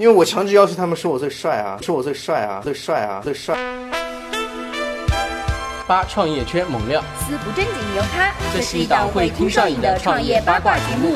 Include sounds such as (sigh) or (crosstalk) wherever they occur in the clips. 因为我强制要求他们说我最帅啊，说我最帅啊，最帅啊，最帅。八创业圈猛料，丝不正经由他，这是一档会哭上瘾的创业八卦节目。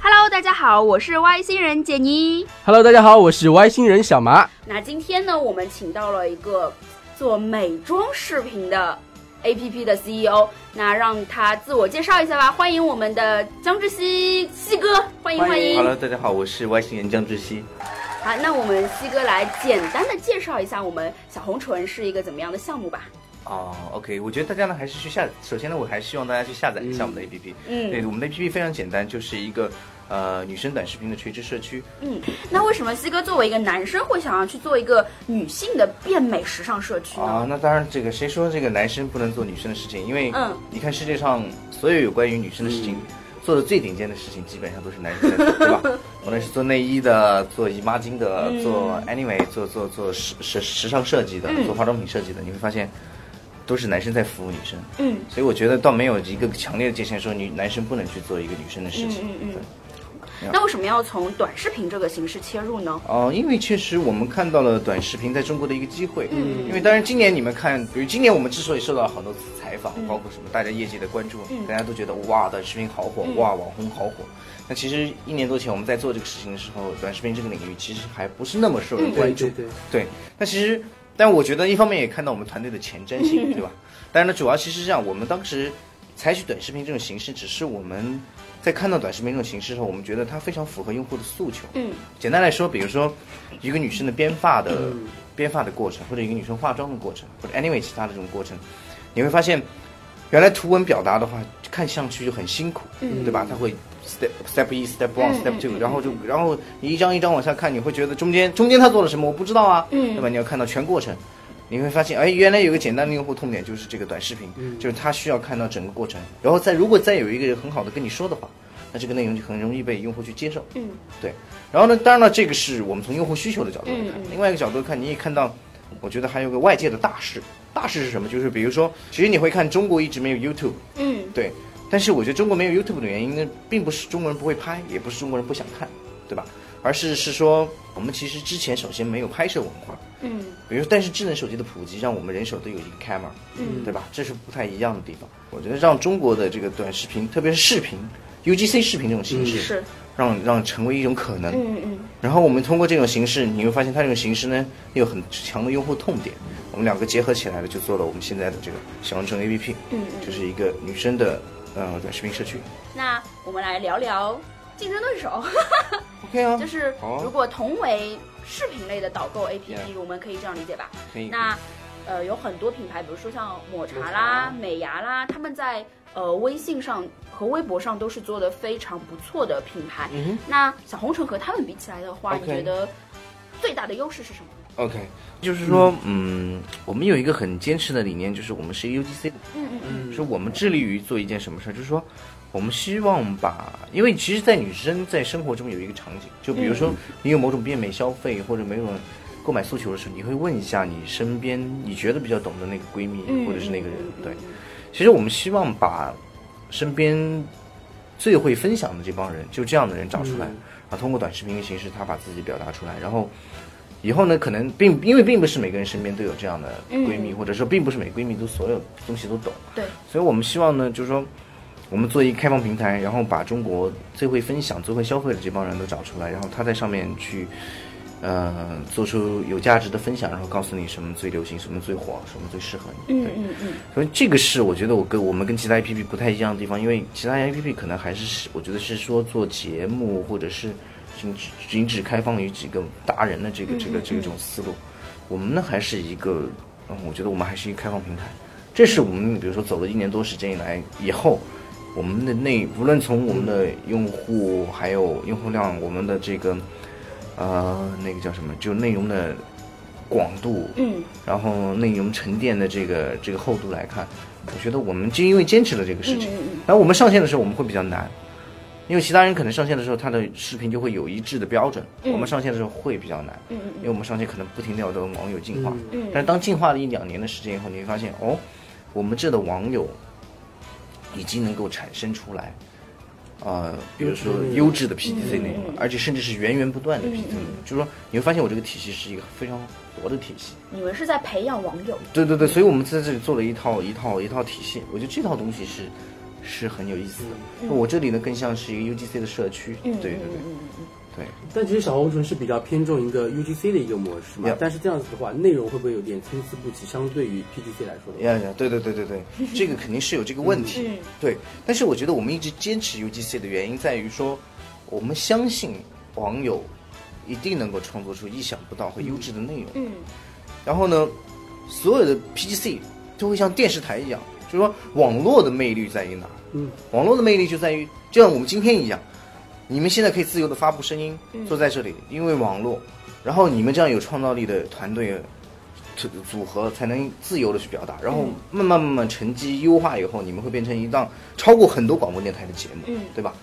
Hello，大家好，我是外星人杰尼。 Hello，大家好，我是外星人小麻。那今天呢，我们请到了一个做美妆视频的 APP 的 CEO，那让他自我介绍一下吧。欢迎我们的江志熙西哥，欢迎欢迎。 Hello，大家好，我是外星人江志熙。好，那我们西哥来简单的介绍一下我们小红唇是一个怎么样的项目吧。哦、o k 我觉得大家呢还是去下，首先呢，我还是希望大家去下载一下我们的 APP。嗯对，我们的 APP 非常简单，就是一个呃女生短视频的垂直社区。嗯，那为什么西哥作为一个男生会想要去做一个女性的变美时尚社区呢？啊，那当然，这个谁说这个男生不能做女生的事情？因为嗯你看世界上所有有关于女生的事情，做的最顶尖的事情，基本上都是男 (laughs) 生在做，对吧？无论是做内衣的，做姨妈巾的，嗯做 anyway，做做做时时时尚设计的，做化妆品设计的，你会发现都是男生在服务女生。嗯，所以我觉得倒没有一个强烈的界限说女男生不能去做一个女生的事情。嗯嗯嗯对那为什么要从短视频这个形式切入呢？哦，因为确实我们看到了短视频在中国的一个机会。嗯，因为当然今年你们看，比如今年我们之所以受到好多采访，包括什么大家业界的关注，大家都觉得哇，短视频好火，哇，网红好火。那其实一年多前我们在做这个事情的时候，短视频这个领域其实还不是那么受嗯人关注。对，对，那其实，但我觉得一方面也看到我们团队的前瞻性，对吧？但是呢，主要其实是这样，我们当时采取短视频这种形式，只是我们在看到短视频这种形式后，我们觉得它非常符合用户的诉求。嗯，简单来说，比如说一个女生的编发的、编发的过程，或者一个女生化妆的过程，或者 anyway 其他的这种过程，你会发现。原来图文表达的话，看上去就很辛苦，对吧？它会 step step 一 step one step two，、然后嗯就然后你一张一张往下看，你会觉得中间中间他做了什么我不知道啊，嗯对吧？你要看到全过程，你会发现，哎，原来有一个简单的用户痛点就是这个短视频，就是他需要看到整个过程，然后再如果再有一个人很好的跟你说的话，那这个内容就很容易被用户去接受，嗯，对。然后呢，当然了，这个是我们从用户需求的角度来看，嗯另外一个角度看，你也看到，我觉得还有个外界的大势。大势是什么？就是比如说，其实你会看中国一直没有 YouTube，嗯对，但是我觉得中国没有 YouTube 的原因呢，并不是中国人不会拍，也不是中国人不想看，对吧？而是是说，我们其实之前首先没有拍摄文化，嗯比如说，但是智能手机的普及，让我们人手都有一个 camera，嗯对吧？这是不太一样的地方。我觉得让中国的这个短视频，特别是视频 UGC 视频这种形式，嗯是让让成为一种可能。嗯嗯然后我们通过这种形式，你会发现它这种形式呢，又有很强的用户痛点。我们两个结合起来了，就做了我们现在的这个小红城 APP，嗯就嗯。是一个女生的呃短视频社区。那我们来聊聊竞争对手， (laughs) OK 啊，就是好啊如果同为视频类的导购 APP， Yeah 我们可以这样理解吧？可以。那呃，有很多品牌，比如说像抹茶抹啦茶、美牙啦，他们在呃微信上和微博上都是做的非常不错的品牌。嗯哼那小红唇和他们比起来的话，你 OK 觉得最大的优势是什么？ ，OK，就是说，嗯，我们有一个很坚持的理念，就是我们是 UGC 的嗯嗯嗯，是我们致力于做一件什么事儿，就是说，我们希望把，因为其实，在女生在生活中有一个场景，嗯就比如说你有某种变美消费或者某种购买诉求的时候，你会问一下你身边你觉得比较懂的那个闺蜜嗯或者是那个人嗯嗯。对，其实我们希望把身边最会分享的这帮人，就这样的人找出嗯来，啊，通过短视频的形式，他把自己表达出来，然后。以后呢，可能并因为并不是每个人身边都有这样的闺蜜，嗯或者说并不是每个闺蜜都所有东西都懂，对，所以我们希望呢，就是说，我们做一个开放平台，然后把中国最会分享、最会消费的这帮人都找出来，然后他在上面去，呃，做出有价值的分享，然后告诉你什么最流行、什么最火、什么最适合你。嗯对，嗯嗯，所以这个是我觉得我跟我们跟其他 APP 不太一样的地方，因为其他 APP 可能还是我觉得是说做节目或者是仅只仅只开放于几个达人的这个这个这个这种思路，我们呢还是一个，嗯，我觉得我们还是一个开放平台，这是我们比如说走了一年多时间以来以后，我们的内无论从我们的用户还有用户量，我们的这个呃那个叫什么，就内容的广度，嗯，然后内容沉淀的这个这个厚度来看，我觉得我们就因为坚持了这个事情嗯嗯嗯，然后我们上线的时候我们会比较难，因为其他人可能上线的时候他的视频就会有一致的标准，我们上线的时候会比较难，嗯嗯嗯因为我们上线可能不停的要跟网友进化嗯，但是当进化了一两年的时间以后，你会发现哦，我们这的网友已经能够产生出来呃，比如说优质的 PTC 嗯内容，而且甚至是源源不断的 PTC 内容，就是说你会发现我这个体系是一个非常活的体系。你们是在培养网友，对对对，所以我们在这里做了一套一套一套体系，我觉得这套东西是是很有意思的。我这里呢更像是一个 UGC 的社区，对对对，对。但其实小红唇是比较偏重一个 UGC 的一个模式嘛 Yeah 但是这样子的话，内容会不会有点参差不齐？相对于 PTC 来说的话哎呀呀，对对对对对，这个肯定是有这个问题。嗯对，但是我觉得我们一直坚持 UGC 的原因在于说，我们相信网友一定能够创作出意想不到和优质的内容。嗯，然后呢，所有的 PGC 都会像电视台一样，就是说网络的魅力在于哪？嗯，网络的魅力就在于，就像我们今天一样，你们现在可以自由的发布声音，坐在这里，因为网络，然后你们这样有创造力的团队。组组合才能自由的去表达，然后慢慢慢慢沉积优化以后，你们会变成一档超过很多广播电台的节目，嗯对吧？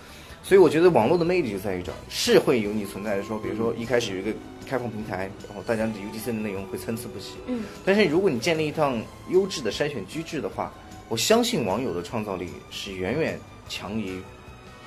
所以我觉得网络的魅力就在于这儿，是会有你存在的说，比如说一开始有一个开放平台，然后大家的 UGC 的内容会参差不齐，嗯，但是如果你建立一趟优质的筛选机制的话，我相信网友的创造力是远远强于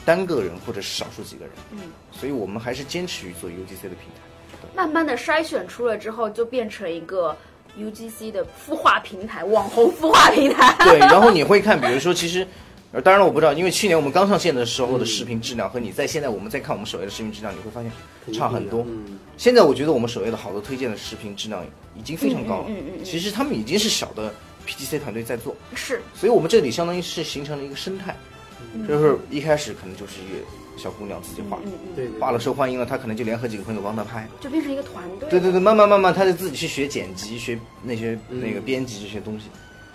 单个人或者是少数几个人，嗯，所以我们还是坚持于做 UGC 的平台，慢慢的筛选出了之后，就变成一个 UGC 的孵化平台，网红孵化平台。对，然后你会看，比如说其实。呃，当然了，我不知道，因为去年我们刚上线的时候的视频质量和你在现在我们在看我们首页的视频质量，你会发现差很多。嗯，现在我觉得我们首页的好多推荐的视频质量已经非常高了，嗯嗯嗯嗯嗯其实他们已经是小的 PTC 团队在做，是，所以我们这里相当于是形成了一个生态，就是一开始可能就是一个小姑娘自己画，嗯嗯，对对，画了受欢迎了，她可能就联合几个朋友帮她拍，就变成一个团队。对对对，慢慢慢慢她就自己去学剪辑，学那些那个编辑这些东西，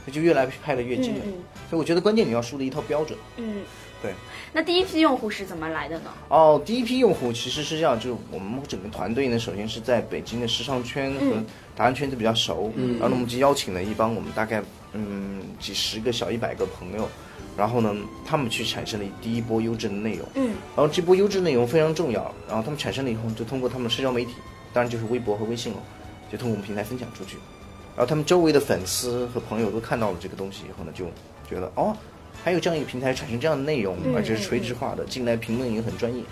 她就越来越拍的越精准嗯嗯。所以我觉得关键你要树立一套标准。嗯，对，那第一批用户是怎么来的呢？哦，第一批用户其实是这样，就是我们整个团队呢，首先是在北京的时尚圈和达人圈子比较熟，然后呢，我们就邀请了一帮我们大概嗯几十个小一百个朋友，然后呢，他们去产生了第一波优质的内容，嗯，然后这波优质内容非常重要，然后他们产生了以后，就通过他们的社交媒体，当然就是微博和微信了，就通过我们平台分享出去，然后他们周围的粉丝和朋友都看到了这个东西以后呢，就觉得哦，还有这样一个平台产生这样的内容，而且是垂直化的，进来评论也很专业。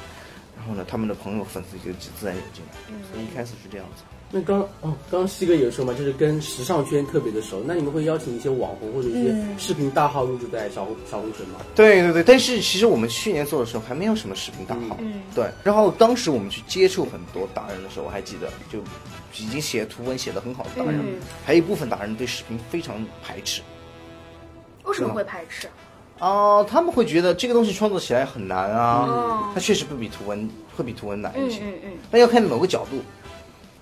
然后呢，他们的朋友粉丝就自然涌进来，所以一开始是这样子。那刚哦，刚刚西哥也说嘛，就是跟时尚圈特别的熟。那你们会邀请一些网红或者一些视频大号入驻在小红小红唇吗？对对对，但是其实我们去年做的时候还没有什么视频大号，嗯对。然后当时我们去接触很多达人的时候，我还记得就已经写图文写的很好的达人，嗯还有一部分达人对视频非常排斥。为什么会排斥？哦、他们会觉得这个东西创作起来很难啊，嗯它确实不比图文会比图文难嗯一些，嗯嗯，但要看某个角度。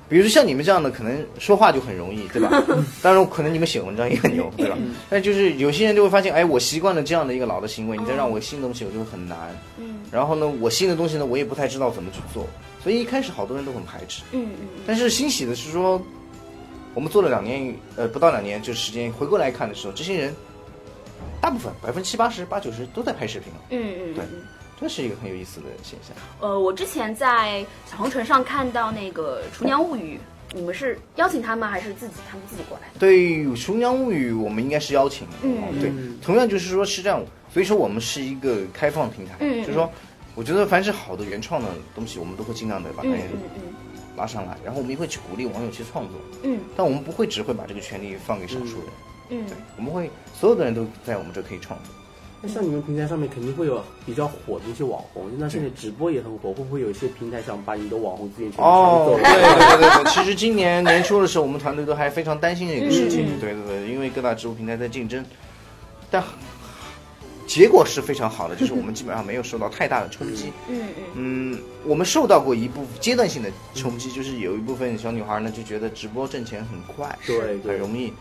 比如说像你们这样的，可能说话就很容易，对吧？当然，可能你们写文章也很牛，对吧？但就是有些人就会发现，哎，我习惯了这样的一个老的行为，你再让我新的东西，我就会很难。嗯然后呢，我新的东西呢，我也不太知道怎么去做，所以一开始好多人都很排斥。嗯嗯嗯，但是欣喜的是说，我们做了两年，呃，不到两年这时间，回过来看的时候，这些人大部分百分之七八十、八九十都在拍视频了，嗯嗯对嗯。这是一个很有意思的现象。呃，我之前在小红唇上看到那个《厨娘物语》，你们是邀请他们，还是自己他们自己过来的？对《琼娘物语》，我们应该是邀请的，嗯哦对，同样就是说是这样，所以说我们是一个开放平台，嗯就是说，我觉得凡是好的原创的东西，我们都会尽量的把它嗯嗯嗯拉上来，然后我们也会去鼓励网友去创作，嗯但我们不会只会把这个权利放给少数人，嗯对，我们会所有的人都在我们这可以创作。那像你们平台上面肯定会有比较火的一些网红，那现在直播也很火，会不会有一些平台想把你的网红资源全部抢走哦哦对对对对，其实今年年初的时候，我们团队都还非常担心这个事情，嗯对对对，因为各大直播平台在竞争，但结果是非常好的，就是我们基本上没有受到太大的冲击。嗯嗯嗯，我们受到过一部阶段性的冲击，就是有一部分小女孩呢就觉得直播挣钱很快，对很对，容易，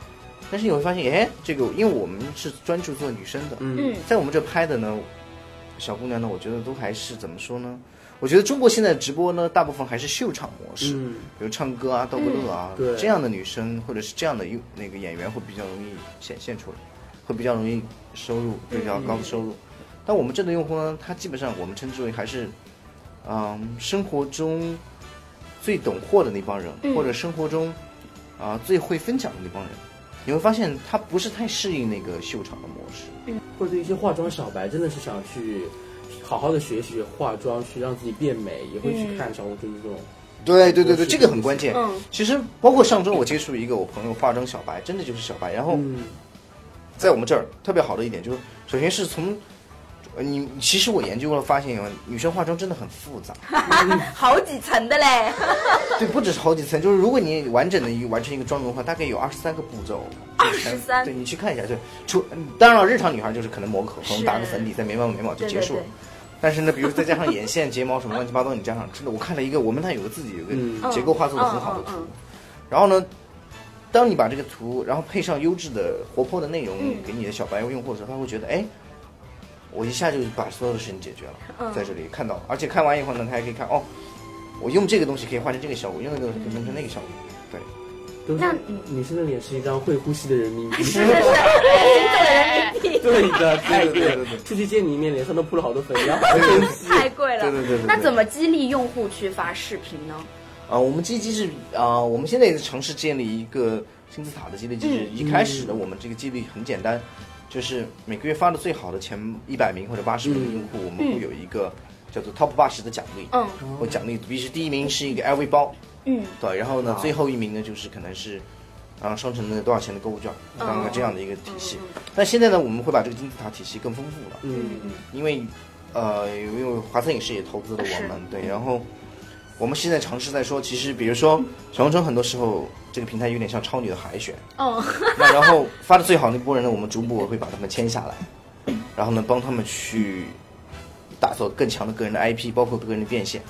但是你会发现，哎，这个因为我们是专注做女生的，嗯哎嗯在我们这拍的呢，小姑娘呢，我觉得都还是怎么说呢？我觉得中国现在直播呢，大部分还是秀场模式，嗯比如唱歌啊、逗个乐嗯啊，对这样的女生或者是这样的一那个演员会比较容易显现出来，会比较容易收入比较高的收嗯入。但我们这的用户呢，他基本上我们称之为还是，嗯、生活中最懂货的那帮人，嗯或者生活中啊、最会分享的那帮人。你会发现他不是太适应那个秀场的模式，或者一些化妆小白真的是想去好好的学学化妆，去让自己变美，也会去看小红书这种。对对对对，这个很关键。嗯其实包括上周我接触一个我朋友化妆小白，真的就是小白。然后嗯在我们这儿特别好的一点就是，首先是从呃你其实我研究了发现，女生化妆真的很复杂。好几层的嘞。对，不只是好几层，就是如果你完整的完成一个妆容的话，大概有二十三个步骤。 23对你去看一下，对，除嗯当然了，日常女孩就是可能抹个口红、是打个粉底、再眉毛眉毛就对结对束了对。，但是呢，比如再加上眼线、睫毛什么乱七八糟，你加上，真的，我看了一个，我们那有个自己有个嗯结构化做的很好的图。嗯嗯然后呢，当你把这个图，然后配上优质的、活泼的内容嗯给你的小白用户的时候，他会觉得，哎，我一下就把所有的事情解决了，嗯在这里看到了，而且看完以后呢，他还可以看，哦，我用这个东西可以换成这个效果，用那个东西可以换成那个效果。都是那女生的脸是一张会呼吸的人民币，是是是，行走的人民币 (laughs) 对的，太对对对对对了。出去见你一面，脸上都铺了好多粉，然后好珍惜。太贵对了。对对对。那怎么么激励用户去发视频呢？啊、我们基机制啊、我们现在也是尝试建立一个金字塔的激励机制。嗯一开始呢，我们这个激励很简单，就是每个月发的最好的前一百名或者八十名的用户，我们会有一个叫做 Top 八十的奖励。嗯我奖励，比如是第一名是一个 LV 包，嗯对，然后呢，啊最后一名呢就是可能是，啊，商城的多少钱的购物券，当个这样的一个体系。但现在呢，我们会把这个金字塔体系更丰富了，嗯，因为，呃，因为华策影视也投资了我们，对，然后我们现在尝试在说，其实比如说小红书很多时候这个平台有点像超女的海选，哦，那然后发的最好那波人呢，我们逐步会把他们签下来，然后呢，帮他们去打造更强的个人的 IP，包括个人的变现。嗯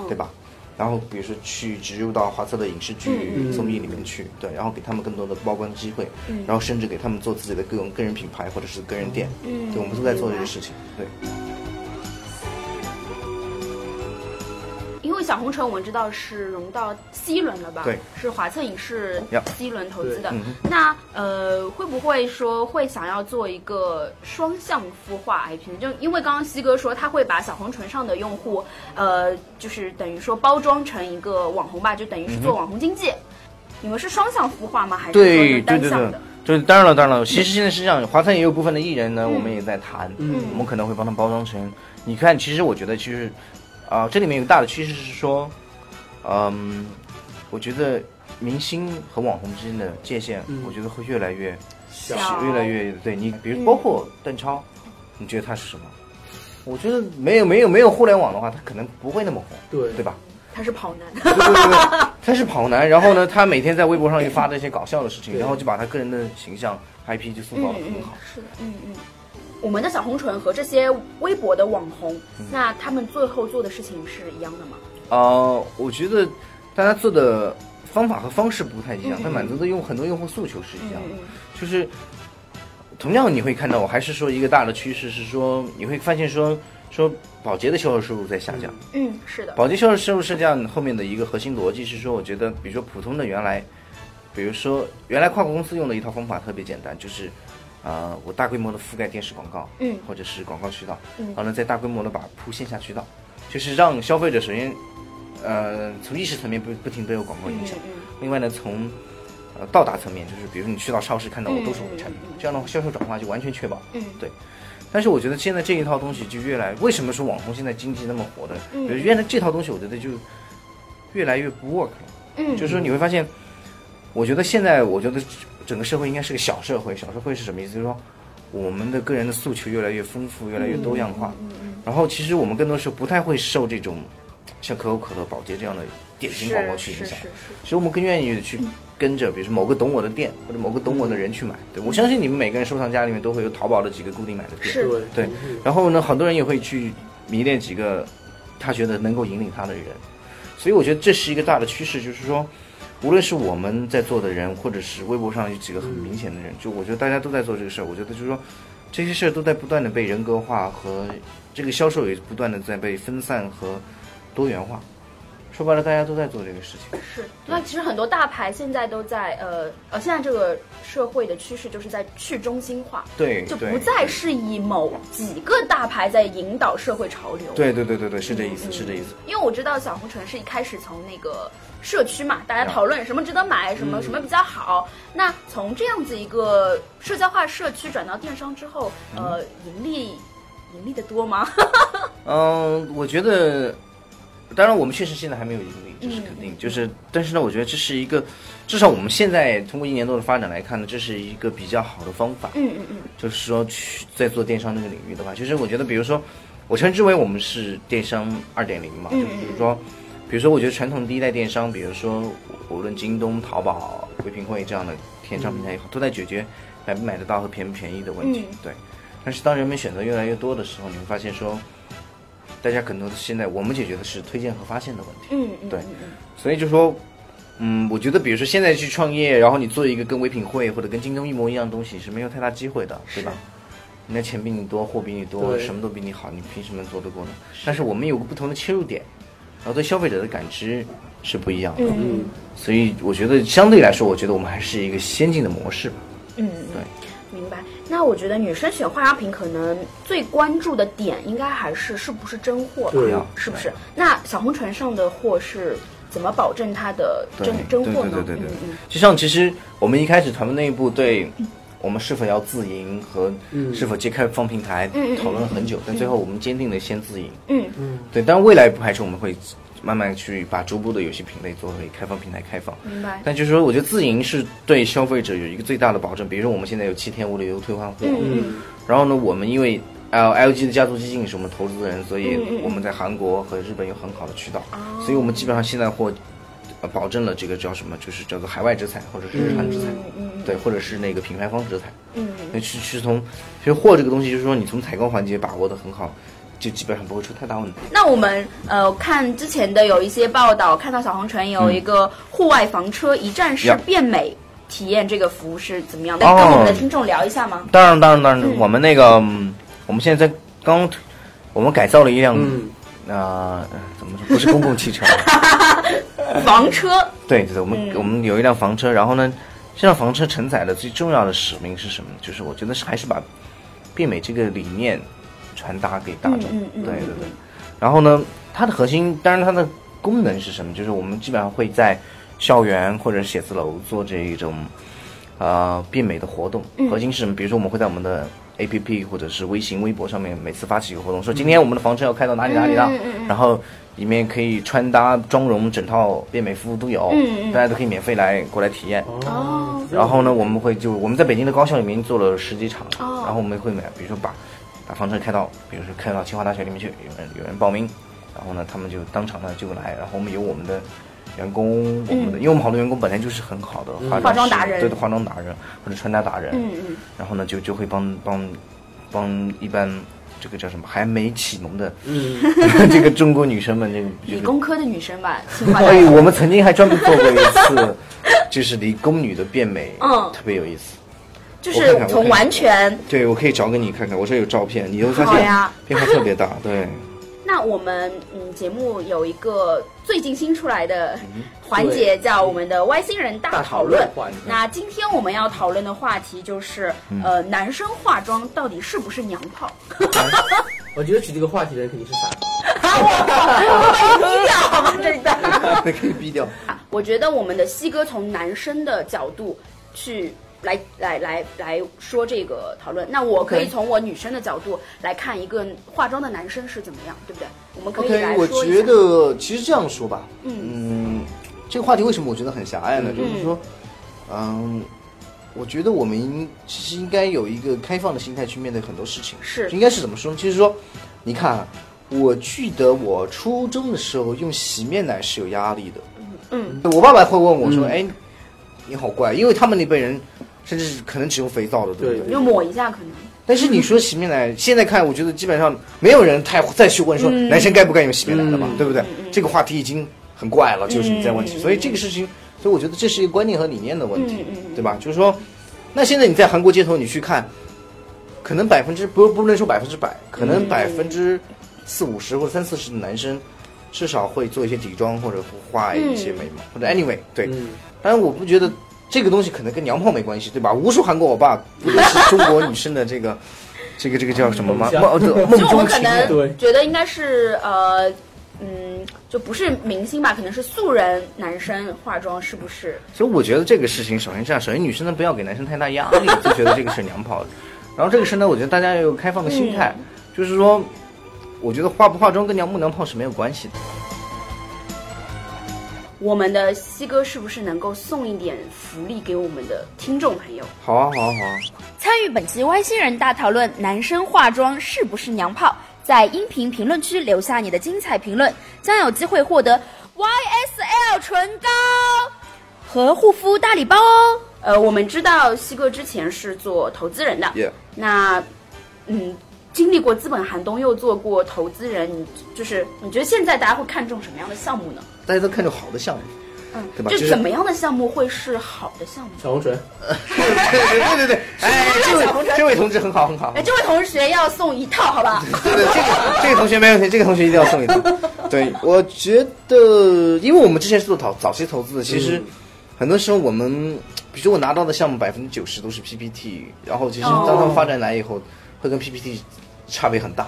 哦对？吧？然后比如说去植入到华策的影视剧嗯综艺里面去，对，然后给他们更多的曝光机会，然后甚至给他们做自己的各种个人品牌或者是个人店，嗯对，我们都在做这个事情，对，因为小红城我们知道是融到 C 轮了吧？对，是华策影视 Yep C 轮投资的对嗯。那呃，会不会说会想要做一个双向孵化 IP 呢？就因为刚刚西哥说他会把小红唇上的用户，呃，就是等于说包装成一个网红吧，就等于是做嗯网红经济。你们是双向孵化吗？还是说是单向的？。就是当然了，当然了。其实现在是这样，华策也有部分的艺人呢，我们也在谈，嗯我们可能会帮他包装成。你看，其实我觉得，其实，啊、这里面有个大的趋势是说，嗯，我觉得明星和网红之间的界限，嗯我觉得会越来越小小越来越对你，比如嗯包括邓超，你觉得他是什么？我觉得没有没有没有互联网的话，他可能不会那么红，对对吧？他是跑男。 (laughs) 对对对对，他是跑男，然后呢，他每天在微博上去发这些搞笑的事情，对然后就把他个人的形象 IP 就塑造的很好。是的，嗯嗯。我们的小红唇和这些微博的网红，嗯那他们最后做的事情是一样的吗？呃，我觉得大家做的方法和方式不太一样嗯，但满足的用很多用户诉求是一嗯样的。嗯就是同样你会看到，我还是说一个大的趋势是说，你会发现说说保洁的销售收入在下降。嗯，是的。保洁销售收入下降后面的一个核心逻辑是说，我觉得比如说普通的原来，比如说原来跨国公司用的一套方法特别简单，就是。啊、我大规模的覆盖电视广告，嗯或者是广告渠道，嗯然后呢，再大规模的把铺线下渠道，就是让消费者首先，呃，从意识层面不不停地有广告哦嗯影响，嗯另外呢，从呃到达层面，就是比如说你去到超市看到我都是我的产品，这样的话销售转化就完全确保。嗯对。但是我觉得现在这一套东西就越来，为什么说网红现在经济那么火的？嗯比如原来这套东西，我觉得就越来越不 work 了。嗯，就是说你会发现，我觉得现在我觉得整个社会应该是个小社会，小社会是什么意思？就是说我们的个人的诉求越来越丰富，越来越多样化。嗯然后其实我们更多时候不太会受这种像可口可乐、宝洁这样的典型广告去影是响是。是其实我们更愿意去跟着，比如说某个懂我的店或者某个懂我的人去买。对我相信你们每个人收藏夹里面都会有淘宝的几嗯个固定买的店。是对对然后呢，很多人也会去迷恋几个他觉得能够引领他的人。所以我觉得这是一个大的趋势，就是说，无论是我们在做的人，或者是微博上有几个很明显的人，就我觉得大家都在做这个事儿。我觉得就是说，这些事儿都在不断的被人格化和这个销售也不断的在被分散和多元化。说白了，大家都在做这个事情。是，那其实很多大牌现在都在呃呃，现在这个社会的趋势就是在去中心化，对，就嗯对不再是以某几个大牌在引导社会潮流。对对对对对，是这意思，嗯是这意思。因为我知道小红唇是一开始从那个社区嘛，大啊家嗯讨论什么值得买，什么、什么比较好。那从这样子一个社交化社区转到电商之后，呃，盈利盈利的多吗？ (laughs) 嗯，我觉得，当然我们确实现在还没有盈利，这是肯定。就是，但是呢，我觉得这是一个，至少我们现在通过一年多的发展来看呢，这是一个比较好的方法。嗯嗯嗯，就是说去在做电商这个领域的话，其实我觉得，比如说，我称之为我们是电商二点零嘛，就比如说，比如说，我觉得传统第一代电商，比如说无论京东、淘宝、唯品会这样的电商平台也好，都在解决买不买得到和便不便宜的问题。嗯对，但是当人们选择越来越多的时候，你会发现说，大家很多现在我们解决的是推荐和发现的问题。嗯嗯，对嗯嗯所以就说，嗯，我觉得比如说现在去创业，然后你做一个跟唯品会或者跟京东一模一样的东西是没有太大机会的，对吧？人家钱比你多，货比你多，对什么都比你好，你凭什么做得过呢？但是我们有个不同的切入点，然后对消费者的感知是不一样的，嗯，所以我觉得相对来说，我觉得我们还是一个先进的模式吧。嗯，对明白。那我觉得女生选化妆品可能最关注的点应该还是是不是真货吧对啊，是不是？那小红船上的货是怎么保证它的对真真货呢？对对对对对嗯嗯就像其实我们一开始团队内部对我们是否要自营和嗯是否接开放平台讨论了很久，但最后我们坚定了先自营。嗯嗯，对，但未来不排除我们会慢慢去把逐步的有些品类作为开放平台开放。明白。但就是说，我觉得自营是对消费者有一个最大的保证。比如说，我们现在有七天无理由退换货，嗯然后呢，我们因为 L L G 的家族基金也是我们投资人，所以嗯嗯嗯我们在韩国和日本有很好的渠道，所以我们基本上现在货，呃，保证了这个叫什么，就是叫做海外制裁或者是日韩制裁，对，或者是那个品牌方制裁，嗯，那是是从其实货这个东西，就是说你从采购环节把握的很好，就基本上不会出太大问题。那我们呃看之前的有一些报道，看到小红船有一个户外房车一站式 Yeah 变美体验这个服务是怎么样的？哦能跟我们的听众聊一下吗？当然，当然，当然，我们那个，嗯我们现在在刚刚推，我们改造了一辆，嗯，呃，怎么说，不是公共汽车，啊哦房车，对对对，我们、我们有一辆房车，然后呢，这辆房车承载的最重要的使命是什么呢？就是我觉得是还是把变美这个理念传达给大众，嗯嗯嗯对对对。然后呢，它的核心，当然它的功能是什么？就是我们基本上会在校园或者写字楼做这一种呃变美的活动。嗯核心是什么？比如说我们会在我们的 A P P 或者是微信、微博上面每次发起一个活动，说嗯今天我们的房车要开到哪里哪里啦，然后里面可以穿搭、妆容、整套变美服务都有，嗯大家都可以免费来过来体验。哦，然后呢，我们会就我们在北京的高校里面做了十几场，哦然后我们会买，比如说把把房车开到，比如说开到清华大学里面去，有人有人报名，然后呢，他们就当场呢就来，然后我们有我们的员工，我们的，因为我们好多员工本来就是很好的化嗯化妆师达人嗯对的化妆达人或者穿搭达人，然后呢就就会帮帮帮一般这个叫什么还没启蒙的嗯， (laughs) 这个中国女生们这个这理个工科的女 (laughs) 生吧，清华大哎，学。我们曾经还专门做过一次，就是理工女的变美，嗯特别有意思。就我看是看我从看完全。对，我可以找给你看看，我这有照片，你会发好现呀变化特别大。 (laughs) 对，那我们嗯节目有一个最近新出来的嗯环节，叫我们的外星人大大讨讨论论。环节那今天我们要讨论的话题就是，嗯呃，男生化妆到底是不是娘 (laughs) 炮？我觉得取这个话题的人肯定是傻子。低调好吧，这一段。 (laughs) 那可以毙掉。啊我觉得我们的西哥从男生的角度去来来来来说这个讨论，那我可以 OK 从我女生的角度来看一个化妆的男生是怎么样，对不对？我 (laughs) 们可以 OK，来我说一觉下。得其实这样说吧，嗯嗯，这个话题为什么我觉得很狭隘呢？就是说，嗯，我觉得我们应其实应该有一个开放的心态去面对很多事情。是应该是怎么说呢？就是说，你看啊，我记得我初中的时候用洗面奶是有压力的。嗯，我爸爸会问我说：“嗯哎、你好怪，因为他们那辈人甚至是可能只用肥皂的，对不对？”对就抹一下可能。但是你说洗面奶，现在看我觉得基本上没有人太再去问说男生该不该用洗面奶了嘛，对不对？这个话题已经很怪了，就是你在问起，所以这个事情，所以我觉得这是一个观念和理念的问题，对吧？就是说，那现在你在韩国街头你去看，可能百分之不不能说百分之百，可能百分之四五十或者三四十的男生。至少会做一些底妆，或者画一些眉毛，或者 anyway，对，嗯，当然，我不觉得这个东西可能跟娘炮没关系，对吧？无数韩国欧巴不都是中国女生的这个 (laughs) 这个这个叫什么吗？梦想梦哦对梦就我们中可情能人。对觉得应该是呃，嗯，就不是明星吧，可能是素人男生化妆，是不是？所以我觉得这个事情，首先这样，首先女生呢嗯不要给男生太大压力，就觉得这个是娘炮的。然后这个事呢，我觉得大家要有开放的心态，就是说，我觉得化不化妆跟你要不能碰是没有关系的。我们的西哥是不是能够送一点福利给我们的听众朋友？好啊，好啊，好啊！参与本期外星人大讨论，男生化妆是不是娘炮？在音频评论区留下你的精彩评论，将有机会获得 YSL 唇膏和护肤大礼包哦。呃，我们知道西哥之前是做投资人的 Yeah 那嗯，经历过资本寒冬，又做过投资人，你就是你觉得现在大家会看重什么样的项目呢？大家都看重好的项目，嗯对吧呃就就是怎么样的项目会是好的项目？小红唇，对 (laughs) 对对对对，哎，这位这位同志很好很好哎，，这位同学要送一套，好吧？对对，这个这个同学没问题，这个同学一定要送一套。对，我觉得，因为我们之前是做早早期投资的，其实嗯很多时候我们，比如说我拿到的项目百分之九十都是 PPT，然后其实当他们发展来以后，会跟 PPT 差别很大。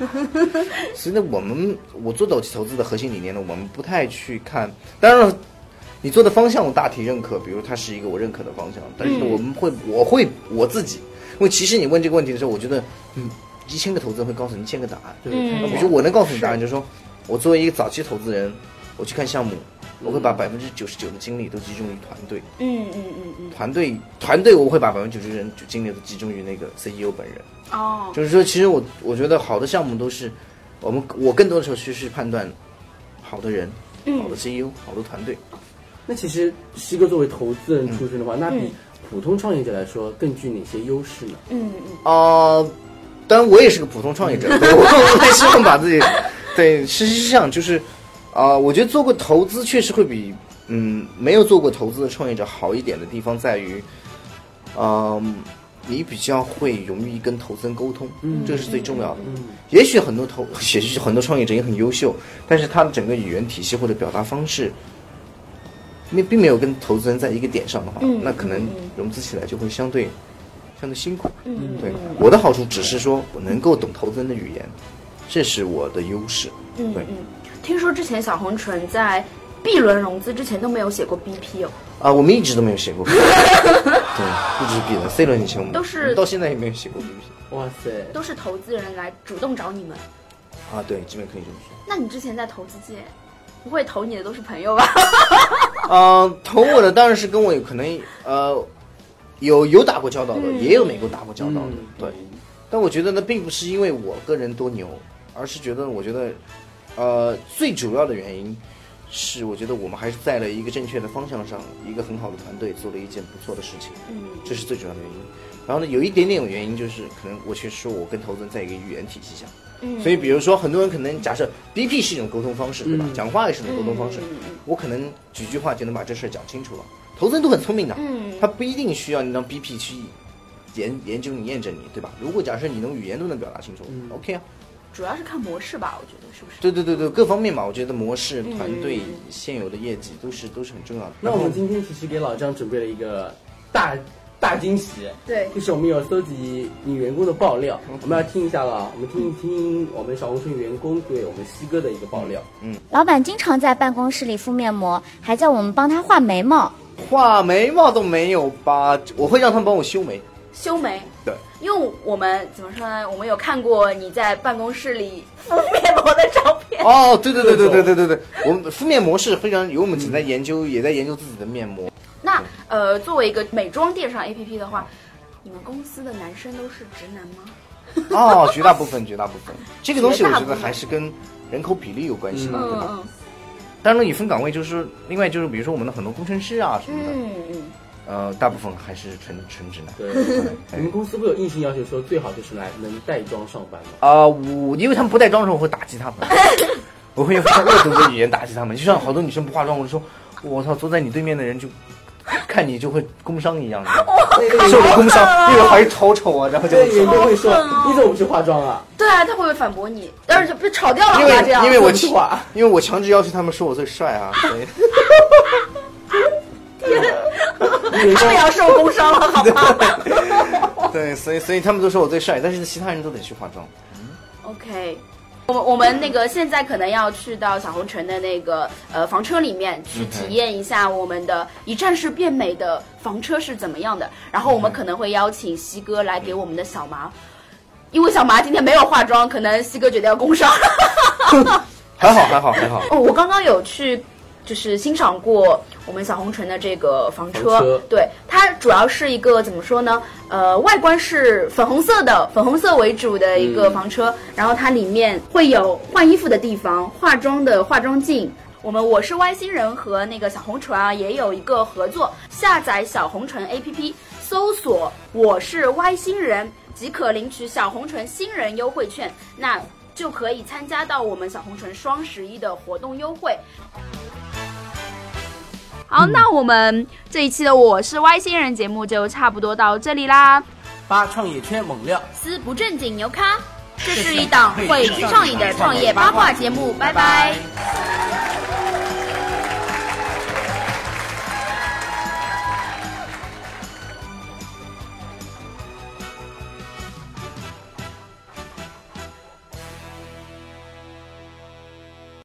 所以呢，我们我做早期投资的核心理念呢，我们不太去看，当然了。你做的方向我大体认可，比如它是一个我认可的方向，但是呢我们会，我会我自己，因为其实你问这个问题的时候，我觉得，嗯，一千个投资人会告诉你一千个答案，对，那嗯比如我能告诉你答案，就是说我作为一个早期投资人，我去看项目，我会把百分之九十九的精力都集中于团队，嗯嗯嗯嗯，团队团队我会把百分之九十人精力都集中于那个 CEO 本人。哦，就是说，其实我我觉得好的项目都是我们我更多的时候去去判断好的人、嗯好的 CEO、好的团队。那其实西哥作为投资人出身的话，那比普通创业者来说更具哪些优势呢？嗯啊，当然我也是个普通创业者， (laughs) 我我也希望把自己对，实际上就是啊、我觉得做过投资确实会比嗯没有做过投资的创业者好一点的地方在于，嗯、你比较会容易跟投资人沟通，这个是最重要嗯的。也许很多投， (laughs) 也许很多创业者也很优秀，但是他的整个语言体系或者表达方式，并并没有跟投资人在一个点上的话，那可能融资起来就会相对相对辛苦。嗯，对，我的好处只是说我能够懂投资人的语言，这是我的优势。对，嗯听说之前小红唇在 B 轮融资之前都没有写过 BP 哦，啊，我们一直都没有写过 (laughs) 对，不只是 B 轮，C 轮以前我们都是到现在也没有写过 BP 哇塞，都是投资人来主动找你们。啊，对，基本可以这么说。那你之前在投资界，不会投你的都是朋友吧？呃，投我的当然是跟我有可能呃有有打过交道的，也有没过打过交道的，嗯对。但我觉得呢，并不是因为我个人多牛，而是觉得我觉得，呃，最主要的原因是我觉得我们还是在了一个正确的方向上，一个很好的团队做了一件不错的事情，嗯，这是最主要的原因。然后呢，有一点点原因就是可能我去说我跟投资人在一个语言体系下，嗯， (laughs) 所以比如说很多人可能假设 BP 是一种沟通方式，对吧？嗯嗯讲话也是一种沟通方式，我可能几句话就能把这事儿讲清楚了。投资人都很聪明的，嗯，他不一定需要你让 BP 去研研究你、验证你，对吧？如果假设你能语言都能表达清楚、o 嗯 k 啊，主要是看模式吧，我觉得是不是？对对对对，各方面嘛，我觉得模式、团队、现有的业绩都是都是很重要的。那我们今今天其实给老张准备了一个大大惊喜，对就是我们有搜集女员工的爆料，我们要听一下了，我们听一听我们小红书员工对我们西哥的一个爆料。老板经常在办公室里敷面膜，还叫我们帮他画眉毛。画眉毛都没有吧？我会让他们帮我修眉，修眉，对，因为我们怎么说呢？我们有看过你在办公室里敷面膜的照片。哦，对对对对对对对对，我们敷面膜是非常有我们正在研究，也在研究自己的面膜。那呃，作为一个美妆电商 APP 的话，你们公司的男生都是直男吗？ (laughs) 哦，绝大部分，绝大部分，这个东西我觉绝大得部分还是跟人口比例有关系的，对嗯吧？嗯当然了，也分岗位，就是另外就是比如说我们的很多工程师啊什么的，嗯嗯，呃，大部分还是纯纯直男。 (laughs) 对，哎你们公司会有硬性要求说最好就是来能带妆上班吗？啊、我因为他们不带妆的时候，我会打击他 (laughs) 们，我会用非常恶毒的语言打击他们。就像好多女生不化妆，我就说，我操，坐在你对面的人就看你就会工伤一样，受了工伤，那人还是好丑啊，然后就这个员工会说你怎么不去化妆啊？对啊，他会不会反驳你？但是就被炒掉了，因好吧啊这样为因为我这强样话因为我强制要求他们说我最帅啊，所 (laughs) 以员他工们也要受工伤了，好吧对，所以所以他们都说我最帅，但是其他人都得去化妆。 ？OK。我们我们那个现在可能要去到小红城的那个呃房车里面去体验一下我们的一站式变美的房车是怎么样的，然后我们可能会邀请西哥来给我们的小麻因为小麻今天没有化妆，可能西哥觉得要工伤。 (laughs) 还好还好还好，哦，我刚刚有去，就是欣赏过我们小红唇的这个房车，房车对，它主要是一个怎么说呢？呃，外观是粉红色的，粉红色为主的一个房车，然后它里面会有换衣服的地方、化妆的化妆镜。我们我是外星人和那个小红唇啊，也有一个合作，下载小红唇 APP，搜索“我是外星人”，即可领取小红唇新人优惠券，那就可以参加到我们小红唇双十一的活动优惠。好，那我们这一期的《我是外星人》节目就差不多到这里啦。八创业圈猛料。思不正经牛咖，这是一档会上瘾的创业八卦节目，拜拜